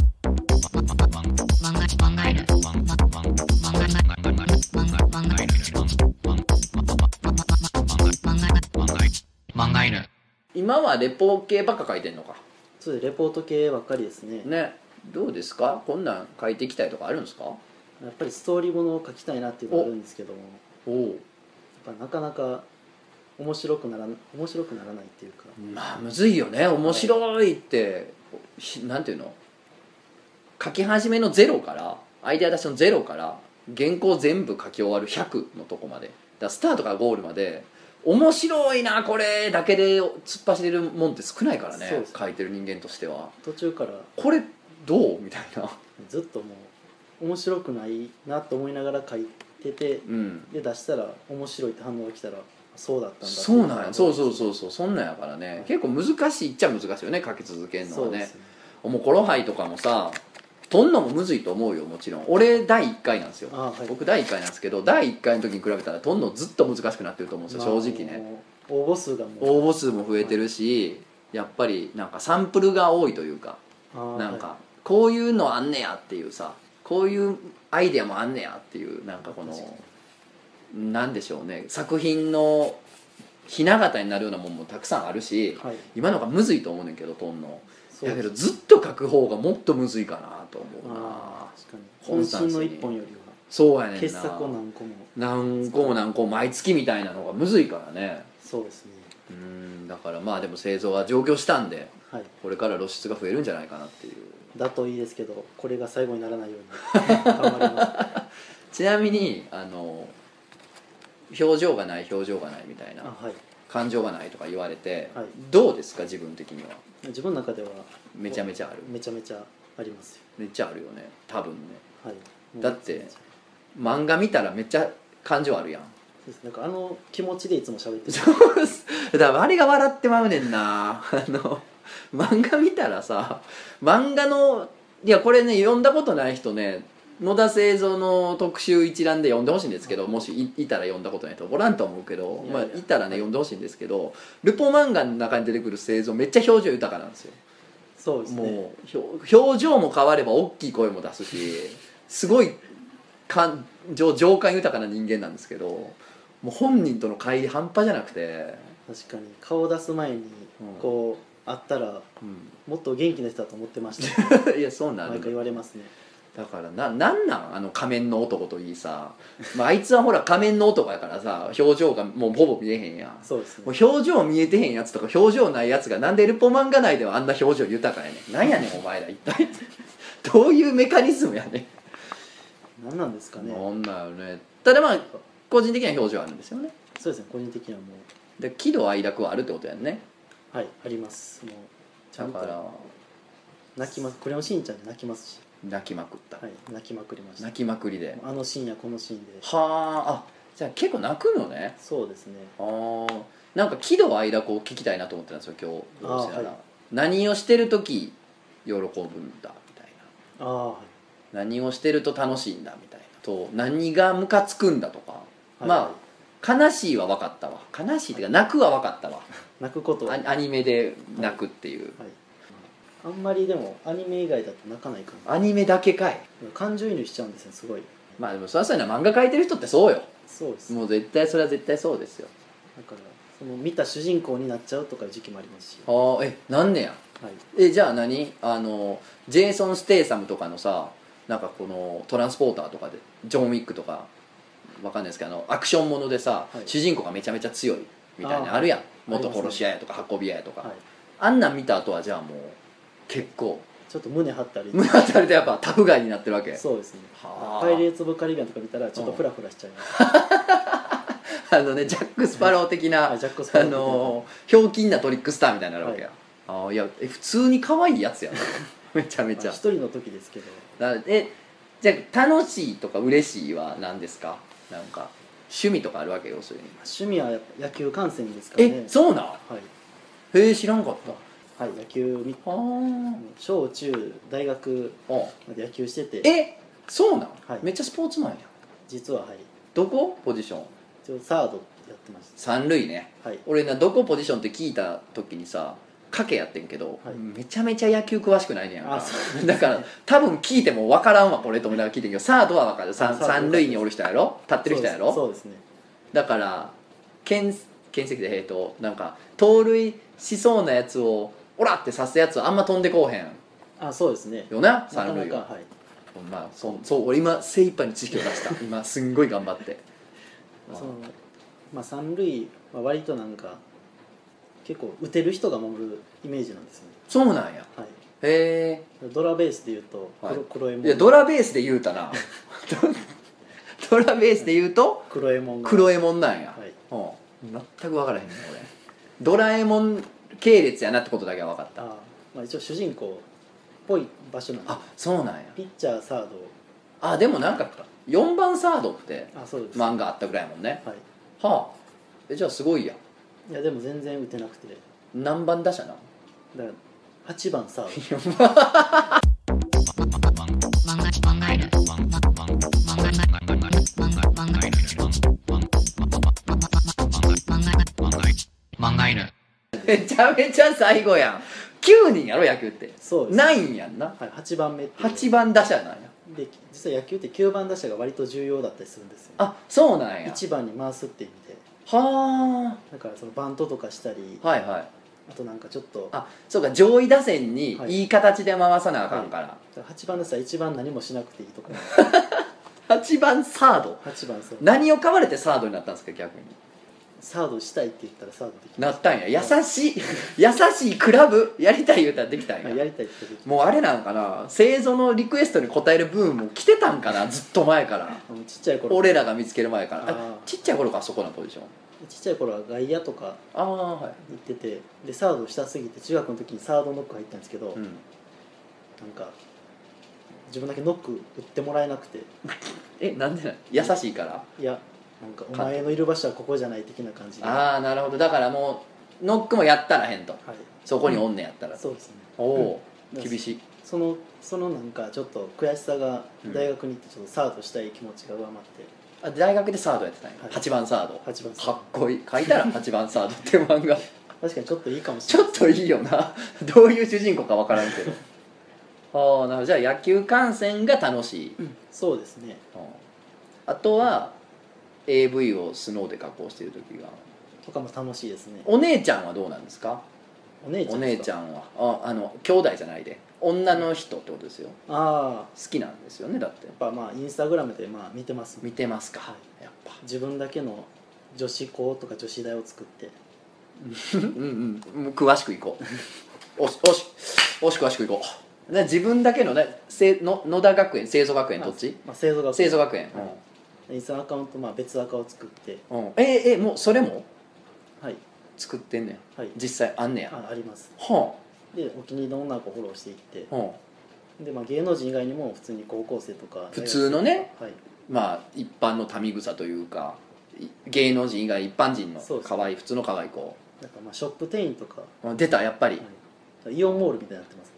今はレポ系ばっか書いてんのかそれでレポート系ばっかりですねねどうですかこんなん書いていきたいとかあるんですかやっぱりストーリーものを書きたいなっていうのがあるんですけどもやおおっぱなかなか面白くなら面白くならないっていうかまあむずいよね面白いって、ひなんていうの書き始めのゼロからアイデア出しのゼロから原稿全部書き終わる100のとこまでだからスタートからゴールまで面白いなこれだけで突っ走れるもんって少ないからねそうです書いてる人間としては途中からこれどうみたいなずっともう面白くないなと思いながら書いててうんで出したら面白いって反応が来たらそうだったんだっていそうなんやそうそううそうそうそんなんやからね、はい結構難しいっちゃ難しいよね書き続けるのそはうでねすねもうコロハイとかもさ取んのもむずいと思うよもちろん俺第1回なんですよあはい僕第1回なんですけど第1回の時に比べたら取んのずっと難しくなってると思うんですよ正直ねまあ応募数がもう応募数も増えてるしやっぱりなんかサンプルが多いというかあーなんはかこういうのあんねやっていうさこういうアイデアもあんねやっていうなんかこの確かなんでしょうね作品のひな形になるようなもんもたくさんあるしいはい今のがむずいと思うねんけどとんのそうだでけすどずっと書く方がもっとむずいかなと思うなあー確かにコンスタン渾身スのに一本よりそうやねはんな傑作を何個も何個も何個も毎月みたいなのがむずいからねそうですねうんだからまあでも製造は上京したんではいこれから露出が増えるんじゃないかなっていうだといいですけどこれが最後にならないように頑張りまちなみにあの表情がない表情がないみたいすあなはい感情がないとか言われて、はいどうですか自分的には自分の中ではめちゃめちゃあるめちゃめちゃありますよめっちゃあるよね多分ねはいもうだってめちゃめちゃ漫画見たらめっちゃ感情あるやんそうですなんかあの気持ちでいつも喋って るだからあれが笑ってまうねんなあ の漫画見たらさ漫画のいやこれね読んだことない人ね野田製造の特集一覧で読んでほしいんですけどもしいいたら読んだことないとおらんと思うけどいやいやまあ、いたらね読んでほしいんですけどルポ漫画の中に出てくる製造めっちゃ表情豊かなんですよそうですねもうひょ表情も変われば大きい声も出すしすごい感情情感豊かな人間なんですけどもう本人との乖離半端じゃなくて、確かに顔出す前にうんこう会ったらうもっと元気な人だと思ってましたん、いやそう な毎る回言われますねだからななんなんあの仮面の男といいさ、まあ、あいつはほら仮面の男やからさ表情がもうほぼ見えへんやんそうですもうね表情見えてへんやつとか表情ないやつがなんでルポ漫画内ではあんな表情豊かやねんなんやねんお前ら一体 どういうメカニズムやねん何なんですかねなんだよねただまあ個人的には表情はあるんですよねそうですね個人的にはもうで喜怒哀楽はあるってことやんねはいありますもうちゃだんかとら泣きますこれもしんちゃんで泣きますし、泣きまくった、はい、泣きまくりました泣きまくりであのシーンやこのシーンではああじゃあ結構泣くのねそうですねあーなんか喜怒哀楽を聞きたいなと思ってたんですよ今日あーどうせならはい何をしてる時喜ぶんだみたいなああはい何をしてると楽しいんだみたいなと何がムカつくんだとか、はいまあ悲しいは分かったわ悲しいっていうか泣くは分かったわ泣くことは、はい、アアニメで泣くっていう、あんまりでもアニメ以外だと泣かないかなアニメだけかい感情移入しちゃうんですよすごいまあでもそりゃそうやな漫画描いてる人ってそうよそうですだもう絶対それは絶対そうですよからその見た主人公になっちゃうとかいう時期もありますし、はああえなんねやい、えじゃあ何あのジェイソン・ステイサムとかのさなんかこのトランスポーターとかでジョン・ウィックとかわかんないですけどあのアクションものでさ、はい主人公がめちゃめちゃ強いみたいあなーあるやんますね元殺し屋やとか運び屋やとかあ,、はい、んなん見た後はじゃあもう結構ちょっと胸張ったり胸当たりでやっぱタフガイになってるわけそうですねはあパイレーツ・オブ・カリビアンとか見たらちょっとフラフラしちゃいます、あのねジャック・スパロー的な、はいジャックスパあロウ的なのーひょうきんなトリックスターみたいになるわけや、ああいやえ普通に可愛いやつや なめちゃめちまゃあ、一人の時ですけどだえじゃあ楽しいとか嬉しいは何ですかなんか趣味とかあるわけ要するに趣味はやっぱ野球観戦ですからねえそうなんはい、へえ知らんかったはい、野球見あー小中大学あまで野球しててえそうなん、はいめっちゃスポーツマンや実ははいどこポジション一応サードやってまし三塁ねたはい俺などこポジションって聞いた時にさ賭けやってんけど、はいめちゃめちゃ野球詳しくないねやんかあそうなんだから多分聞いても分からんわこれと思いながら聞いてんけどサードは分かるあサー三ド三塁におる人やろ立ってる人やろそうですそうですねだから剣剣石でえっとなんか盗塁しそうなやつをオラって刺すやつはあんま飛んでこうへんあそうですねよななか三な塁かははいまあそうそう俺今精一杯の知識を出 した今すんごい頑張ってそのまあ三塁は割となんか結構打てる人が守るイメージなんですよねそうなんやはいへドラベースでいうとはい黒黒エモえいやンドラベースで言うたな ドラベースで言うと黒エモンが黒えもんなんや、はいうん全く分からへんね俺ドラえもん系列やなってことだけは分かっあたー、まあ、一応主人公っぽい場所なんであそうなんやピッチャーサードあでもなんか4番サードってあそうです、漫画あったぐらいやもんねはいはあえじゃあすごいやんいやでも全然打てなくて何番打者なだから8番サードめちゃめちゃ最後やん9人やろ野球ってそうです、ないんやんなはい、8番目っていう8番打者なんやで実は野球って9番打者が割と重要だったりするんですよあそうなんや1番に回すって意味ではだからそのバントとかしたりあはいはいあとなんかちょっとあそうか上位打線にはいいい形で回さなあかんから、 8番打者は1番何もしなくていいとか8番サード8番そう何を買われてサードになったんですか逆にサードしたいって言ったらサードできなったんや優しい 優しいクラブやりたい言うたらできたんたや、やりたいって言ったらできもうあれなんかな製造のリクエストに応えるブームも来てたんかなずっと前 からたもうちっちゃい頃俺らが見つける前からああーちっちゃい頃からそこのポジションちっちゃい頃は外野とかああはい、行っててでサードしたすぎて中学の時にサードノック入ったんですけど、うなんん、か自分だけノック打ってもらえなくてえなんでなん優しいからいやなんかお前のいる場所はここじゃない的な感じではああなるほどだからもうノックもやったらへんといそこにおんねやったら、そうですねおおうん厳しいそのそのなんかちょっと悔しさがうん大学に行ってちょっとサードしたい気持ちが上回ってあ大学でサードやってたんや、はい8番サード8番かっこいい書いたら「8番サード」っていう漫画 確かにちょっといいかもしちれょないっといいよなどういう主人公か分からんけ どああなるほどじゃあ野球観戦が楽しい、そうですねうんあとは AV をスノーで加工してる時がとかも楽しいですねお姉ちゃんはどうなんですかお姉ちゃんお姉ちんゃんはああの兄弟じゃないで女の人ってことですよああ好きなんですよねだってやっぱまあインスタグラムでまあ見てます見てますか、はやっぱ自分だけの女子校とか女子大を作ってうんうんもう詳しくいこうおしおしおし詳しくいこうな自分だけのねせの野田学園清楚学園どっち、まあ、生徒が清楚学園、インスタアカウントまあ別アカを作ってうんうん、えええもうそれもはい作ってんねんはい実際あんねやあありますはでお気に入りの女の子をフォローしていってあ、はあ、で、まあ、芸能人以外にも普通に高校生とか普通のねはいまあ一般の民草というかい芸能人以外一般人のそうです可愛い普通の可愛い子なんかまあショップ店員とか、はうん出たやっぱりいイオンモールみたいになってます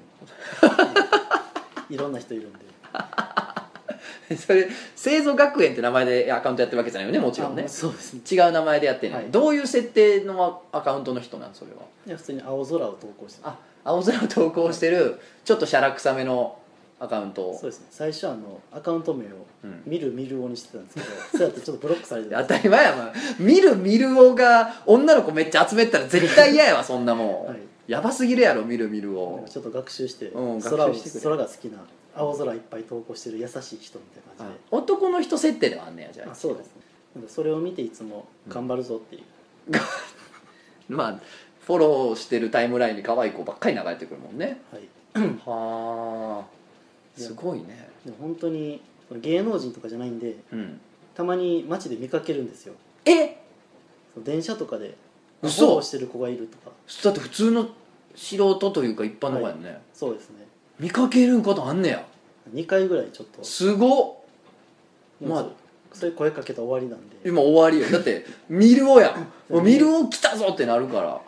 ね いろんな人いるんでそれ製造学園って名前でアカウントやってるわけじゃないよねもちろんあねまあそうですね違う名前でやってんのはいどういう設定のアカウントの人なんそれはいや普通に青空を投稿してますあ青空を投稿してるちょっとシャラくさめのアカウントそをうですね最初はあのアカウント名をうん見る見るをにしてたんですけど、 そうやってちょっとブロックされて当たたり前やわ見る見るをが女の子めっちゃ集めてたら絶対嫌やわそんなもん、はいやばすぎるやろ見る見るなんをかちょっと学習して,、うん空を学習してくれ空が好きな青空いっぱい投稿してる優しい人みあたいな感じ男の人設定ではあんねやじゃでああそうですねなんかそれを見ていつも頑張るぞっていう、まあフォローしてるタイムラインに可愛い子ばっかり流れてくるもんねはいはあすごいねでも本当にその芸能人とかじゃないんでうんたまに街で見かけるんですよえその電車とかで嘘フォローしてる子がいるとかだって普通の素人というか一般の子やんね、そうですね見かけるんことあんねや2回ぐらいちょっとすごっまあもうそれ声かけたら終わりなんで今終わりよだって見るをやん もう見るを来たぞってなるから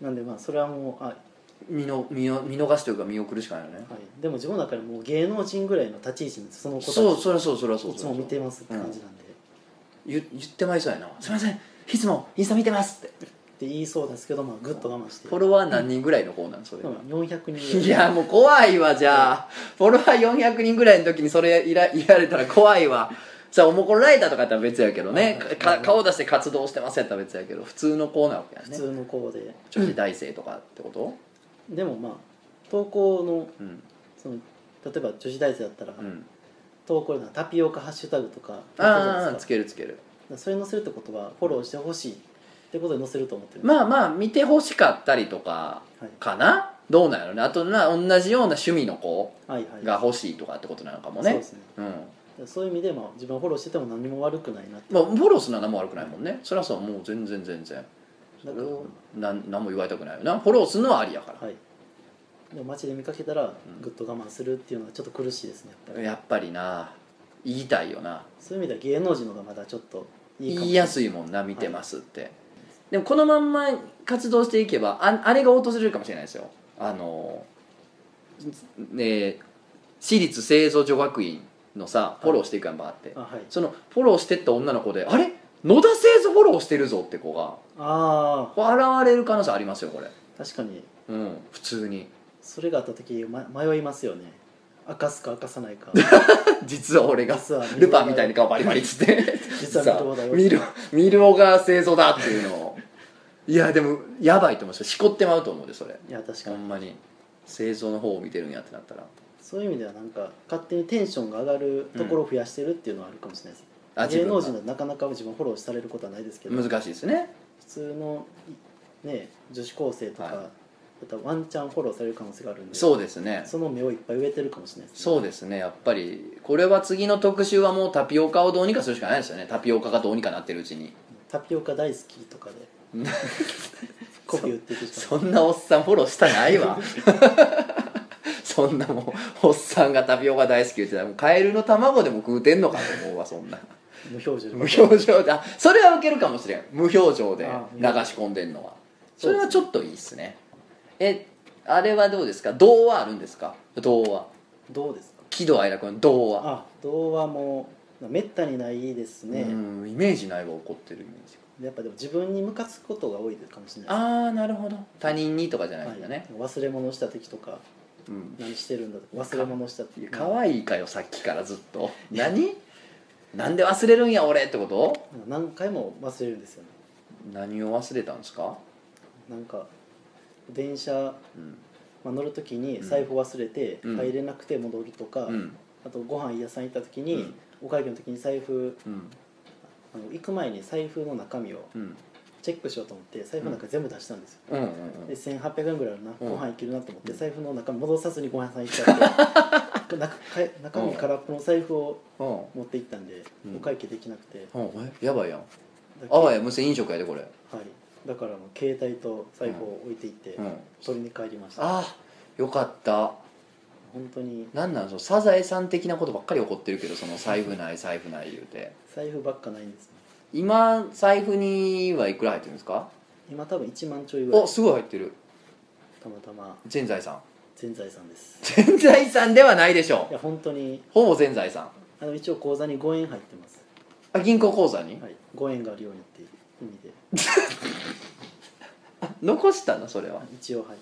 なんでまあそれはもうあ、はい、見の見の見逃しというか見送るしかないよねでも自分の中でもう芸能人ぐらいの立ち位置なんですその子たちそうそりゃそうそりゃそういつも見てますって感じなんで、言言ってまいそうやな「すいませんいつもインスタ見てます」ってって言いそうなんですけどまあグッと我慢してフォロワー何人ぐらいの子なんそれでがも400人いやもう怖いわじゃあフォロワー400人ぐらいの時にそれいらいられたら怖いわさあおもころライターとかやったら別やけどねか顔出して活動してますやったら別やけど普通の子なわけや普ね通の子で女子大生とかってことでもまあ投稿のうんその例えば女子大生だったら、うん投稿でタピオカハッシュタグとかああ載つせけるつけるるじゃないですかそれ載せるってことはフォローしてほしいってことで載せると思ってる、まあまあ見てほしかったりとかはい、かなどうなんやろねあとな同じような趣味の子はいはいが欲しいとかってことなのかもそうねですねうんそういう意味で、まあ、自分をフォローしてても何も悪くないなってまあフォローするのは何も悪くないもんねそりゃそうもう全然全然そだれからをなん何も言われたくないよなフォローするのはありやからはいでも街で見かけたらんぐっと我慢するっていうのはちょっと苦しいですねやっぱりやっぱりな言いたいよなそういう意味では芸能人の方がまだちょっといいかも言いやすいもんな見てますって、でもこのまんま活動していけばああれが訪れるかもしれないですよあのね私立製造女学院のさフォローしていくやんばあってあはいそのフォローしてった女の子であれ野田製造フォローしてるぞって子があこう現れる可能性ありますよこれあ確かにうん普通にそれがあった時、ま、迷いますよね明かすか明かさない か実は俺が実は見るルパンみたいに顔バリバリっつって実は見る方だよ見る見る方が製造だっていうのをいやでもやばいと思うししこってまうと思うでそれいや確かほにんまに製造の方を見てるんやってなったらそういう意味ではなんか勝手にテンションが上がるところを増やしてるっていうのはあるかもしれないです、あ自芸分能が人だとなかなか自分フォローされることはないですけど普難しいですね通のね女子高生とか、はいだったらワンチャンフォローされる可能性があるんでそうですねその目をいっぱい植えてるかもしれないです、そうですねやっぱりこれは次の特集はもうタピオカをどうにかするしかないですよねタピオカがどうにかなってるうちにタピオカ大好きとかで コピー売っていくしかそんなおっさんフォローしたないわ そんなもうおっさんがタピオカ大好き言ってたらもうカエルの卵でも食うてんのかと思うわそんなない無表情無表情であそれはウケるかもしれん無表情であ流し込んでんのはそそうれはちょっといいっすねえあれはどうですか童話あるんですか童話どうですか喜怒哀楽の童話あ童話もめったにないですね、うんイメージないわ怒ってるイメージやっぱでも自分にムカつくことが多いかもしれないでああなるほど他人にとかじゃないんだす、ね、はい忘れ物した時とかうん何してるんだとか忘れ物したい時や可愛いかよさっきからずっと何なんで忘れるんや俺ってこと何回も忘れるんですよね何を忘れたんですか、なんか電車、うんまあ、乗る時にうん財布忘れてうん入れなくて戻るとか、うんあとご飯屋さん行った時うに、んお会計の時に財布うんあの行く前に財布の中身をうんチェックしようと思って財布の中全部出したんですよ、うんうんで1800円ぐらいあるなうんご飯いけるなと思ってうん財布の中身戻さずにご飯屋さん行っちゃって 中か中身空っぽの財布をうん持って行ったんで、うんお会計できなくてうんうんえやばいやんだあわや無線飲食やでこれ、はい、だからもう携帯と財布を置いていって、うん、あ取りに帰りましたあよかった本当になんなんそのサザエさん的なことばっかり起こってるけどその財布ない財布ない言うて財布ばっかないんですね今財布にはいくら入ってるんですか今多分1万ちょいぐらいおすごい入ってるたまたま全財産全財産です全財産ではないでしょいや本当にほぼ全財産あの一応口座に5円入ってます、あ銀行口座に、はい、5円があるようにっていう意味で残したのそれは一応はい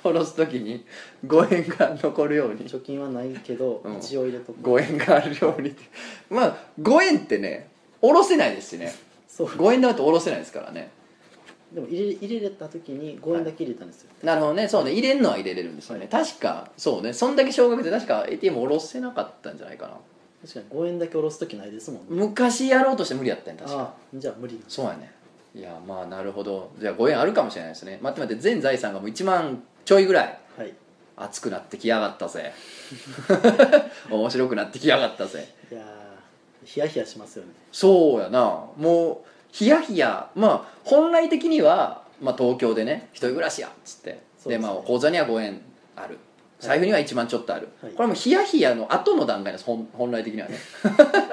下ろす時に5円が残るように貯金はないけど、うん一応入れとく5円があるようにってまあ5円ってね下ろせないですしねそう5円だと下ろせないですからねでも入れ入れた時に5円だけ入れたんですよ、なるほどねそうね入れるのは入れれるんですよね、確かそうねそんだけ少額で確か ATM 下ろせなかったんじゃないかな確かに5円だけ下ろす時ないですもんね昔やろうとして無理やったんや確かああじゃあ無理なんですそうやねいやまあなるほどじゃあ5円あるかもしれないですね待って待って全財産がもう1万ちょいぐらいはい熱くなってきやがったぜ 面白くなってきやがったぜいやーヒヤヒヤしますよねそうやなもうヒヤヒヤまあ本来的には、まあ、東京でね一人暮らしやっつってそうで,、ですねまあ口座には5円ある財布には1万ちょっとある、はいこれはもうヒヤヒヤの後の段階です本本来的にはね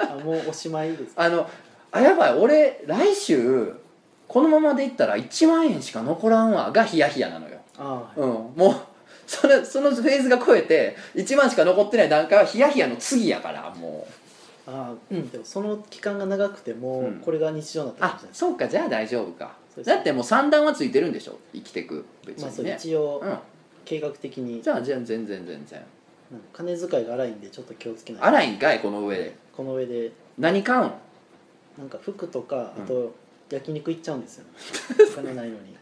あもうおしまいですあのあやばい俺来週このままでいったら1万円しか残らんわがヒヤヒヤなのよ、ああうん、もうそのそのフェーズが超えて1万しか残ってない段階はヒヤヒヤの次やからもうああうんでもその期間が長くてもうんうこれが日常になったかもあしれないです、そうかじゃあ大丈夫かそうですだってもう三段はついてるんでしょ生きてく別まあそにうね、一応うん、計画的にじゃあ全然全然全然なんか金遣いが荒いんでちょっと気をつけない荒いんかいこの上でこの上で何買うんなんか服とかうんあと焼肉行っちゃうん ですよ、ねお金ないのに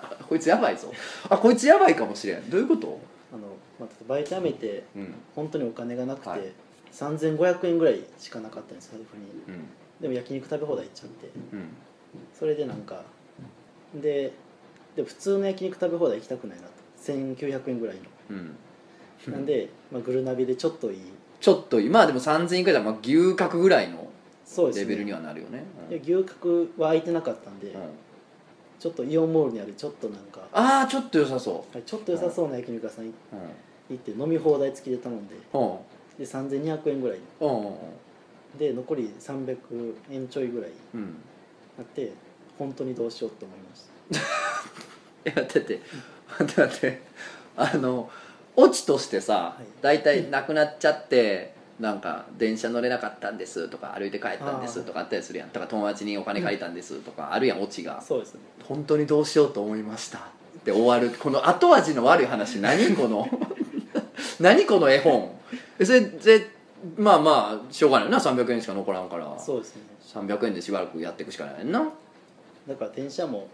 あこいつやばいぞあこいつやばいかもしれんどういうことあの、まあ、バイト辞めてうん本当にお金がなくて、はい3500円ぐらいしかなかったんです財布にうんでも焼肉食べ放題行っちゃってうんそれでなんかででも普通の焼肉食べ放題行きたくないなと1900円ぐらいうん のなんで、まあ、グルナビでちょっといいちょっと今でも3000円くらいだからまあ牛角ぐらいのそうですねレベルにはなるよねで牛角は空いてなかったんで、うんうんちょっとイオンモールにあるちょっとなんか、ああちょっと良さそはいちょっと良さそうな焼肉屋さん行ううんって飲み放題付きで頼んでうんで3200円ぐらいうんうんで残り300円ちょいぐらいうんあって本当にどうしようって思いまし いやだって待って待ってあのオチとしてさはい大体なくなっちゃってなんか電車乗れなかったんですとか歩いて帰ったんですとかあったりするやんとか友達にお金借りたんですとかあるやんオチたがそうですね本当にどうしようと思いましたって終わるこの後味の悪い話何この 何この絵本えそれでまあまあしょうがないよな300円しか残らんからそうですね300円でしばらくやっていくしかないねんな、うん、だから電車も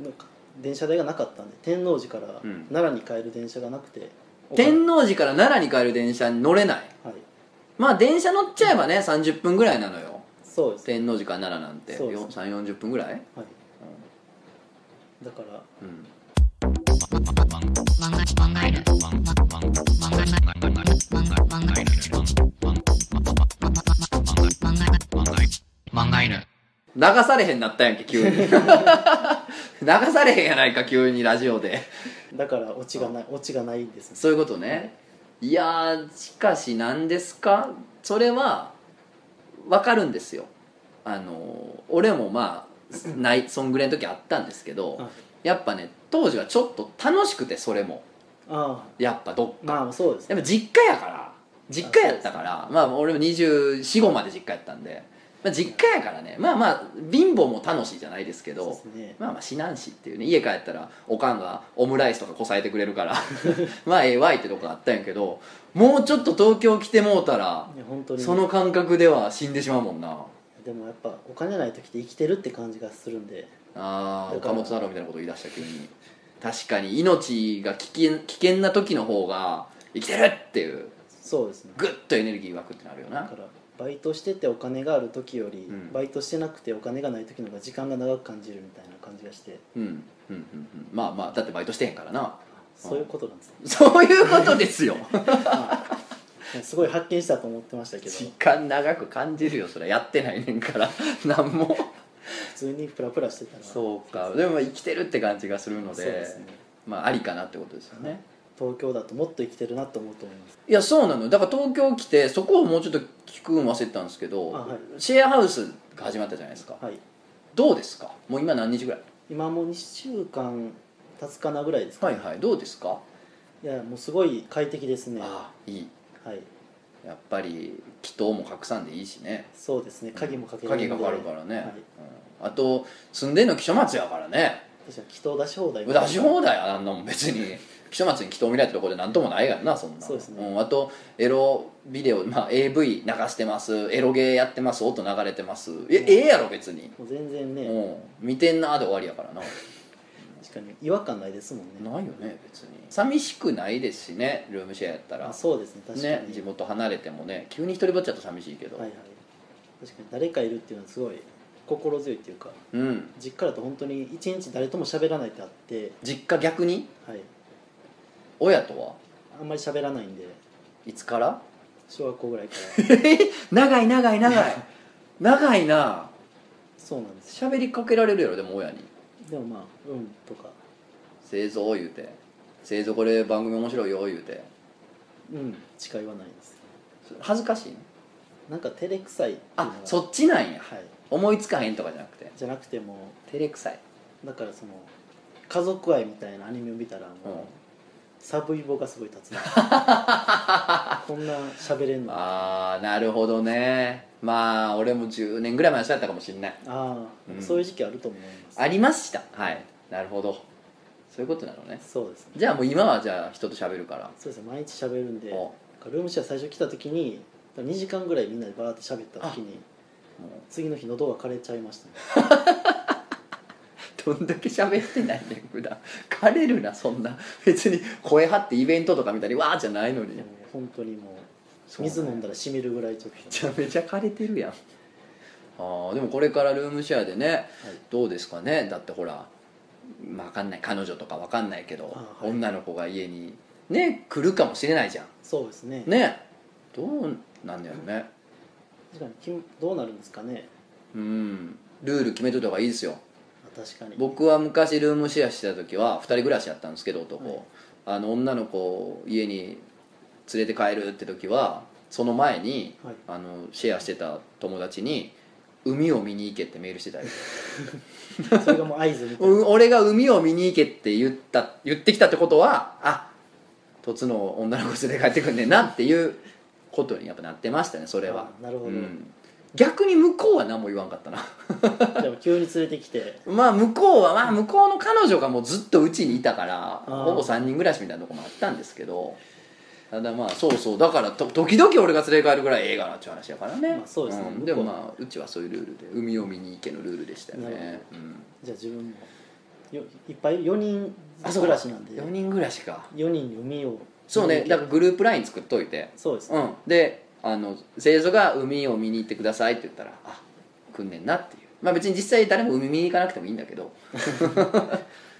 なんか電車代がなかったんで天王寺からうん奈良に帰る電車がなくて、天王寺から奈良に帰る電車に乗れないはいまあ電車乗っちゃえばね30分ぐらいなのよそうですね天王寺から奈良なんてそうです3四4 0分ぐらい、はいだからうん、流されへんなったやんけ 急に流されへんやないか急にラジオでだからオチがないオチがないんですねそういうことねいやーしかし何ですかそれは分かるんですよあのー俺もまあないそんぐらいの時あったんですけど、はいやっぱね当時はちょっと楽しくてそれもああやっぱどっかまあそうですやっねぱ実家やから実家やったからまあ俺も245まで実家やったんで、まあ、実家やからねまあまあ貧乏も楽しいじゃないですけそうどですねまあまあ指南市っていうね家帰ったらおかんがオムライスとかこさえてくれるから まあええわいってとこあったんやけどもうちょっと東京来てもうたらいや本当にその感覚では死んでしまうもんなでもやっぱお金ない時って生きてるって感じがするんであーだか岡ら本太郎みたいなこと言い出した急に確かに命が危険危険な時の方が生きてるっていうそうですねグッとエネルギー湧くってなるよだなからバイトしててお金がある時より、うんバイトしてなくてお金がない時の方が時間が長く感じるみたいな感じがしてうんうんうんうんまあまあだってバイトしてへんからなそういうことなんですね、そういうことですよはいすごい発見したと思ってました けど時普間長く感じるよそれやってないねんから何も通にプラプラしてたらそうかでもまあ生きてるって感じがするのでそうですねまあありかなってことですよね、東京だともっと生きてるなと思うと思いますいやそうなのよだから東京来てそこをもうちょっと聞くん忘れてたんですけど、あはいシェアハウスが始まったじゃないですか、はいどうですかもう今何日ぐらい今もう2週間経つかなぐらいですか、はいはいどうですか、いやもうすごい快適ですねはああいいいやっぱり祈祷も拡散でいいしねそうですね鍵もかけれるん鍵でがかかるからね、はいうんあと住んでんの木曽松やからね確かに祈祷出し放題出し放題やあんなもん別に 木曽松に祈祷見られたところで何ともないからなそんなのそうですねんあとエロビデオ、まあ、AV 流してますエロゲーやってます音流れてますえ,、うんええやろ別に、もう全然ね、うん、見てんなーで終わりやからな確かに違和感ないですもんねないよね別に寂しくないですしねルームシェアやったあらそうですね確かに、ね地元離れてもね急に一人ぼっちだと寂しいけど、はいはい確かに誰かいるっていうのはすごい心強いっていうかうん実家だと本当に一日誰とも喋らないってあって実家逆にはい親とはあんまり喋らないんでいつから小学校ぐらいから 長い長い長い 長いなそうなんですよ喋りかけられるやろでも親にでもまあ「うん」とか「製造」言うて「製造これ番組面白いよ」言うて「うん」しか言わないですそれ恥ずかしいのなんか照れくさいっていうのがあそっちなんやはい思いつかへんとかじゃなくてじゃなくても照れくさいだからその家族愛みたいなアニメを見たらもう、うんサブイボがすごい 立つなこんな喋れんのあああなるほどねまあ俺も10年ぐらい前の人やったかもしんないあ、うんそういう時期あると思いますありましたはいなるほどそういうことなのねそうですねじゃあもう今はじゃあ人と喋るから そうですね毎日喋るんでおルームシェア最初来た時に2時間ぐらいみんなでバーって喋った時にも次の日喉が枯れちゃいましたねうどんだけ喋ってないねん普段枯れるなそんな別に声張ってイベントとか見たりわーじゃないのでにも本当にもうそうね水飲んだらしみるぐらいちょっめと、ちゃめちゃ枯れてるやんあーでもこれからルームシェアでねはい、どうですかねだってほら分かんない彼女とか分かんないけど、あはい女の子が家にね来るかもしれないじゃんそうですねねどうなんだよね確かにきどうなるんですかねうんルール決めといた方がいいですよあ確かに僕は昔ルームシェアしてた時は2人暮らしやったんですけど男、はいあの女の子を家に連れて帰るって時はその前に、はいあのシェアしてた友達に「海を見に行け」ってメールして たよそれがもう合図み たいなうん俺が「海を見に行け」って言った言ってきたってことはあとつの女の子連れて帰ってくんねんなっていうことにやっぱなってましたねそれはあなるほどうん逆に向こうは何も言わんかったなじゃあ急に連れてきてまあ向こうはまあ向こうの彼女がもうずっとうちにいたからあーほぼ3人暮らしみたいなとこもあったんですけどただまあそうそうだからと時々俺が連れ帰るぐらいええがなっていう話やからね、まあそうですねんでもまあうちはそういうルールで海を見に行けのルールでしたよなるね、うん、じゃあ自分もよいっぱい4人暮らしなんで4人暮らしか4人に海をそうねだからグループライン作っといてそうですね、うんであの生徒が海を見に行ってくださいって言ったらあ来んねんなっていうまあ別に実際誰も海見に行かなくてもいいんだけ ど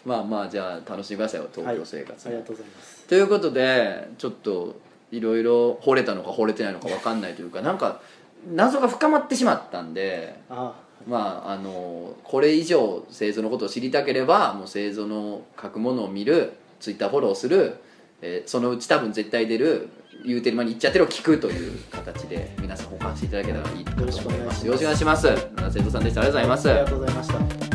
まあまあじゃあ楽しみくださいよ東京生活、ありがとうございますということでちょっといろいろ惚れたのか惚れてないのか分かんないというかなんか謎が深まってしまったんであまああのこれ以上製造のことを知りたければもう製造の書くものを見るツイッターフォローする、えーそのうち多分絶対出る言うてる間に言っちゃってるを聞くという形で皆さん保管していただけたらいいかと思いますよろしくおよろしくお願願いいししますます生徒さんでしたありがとうございますありがとうございました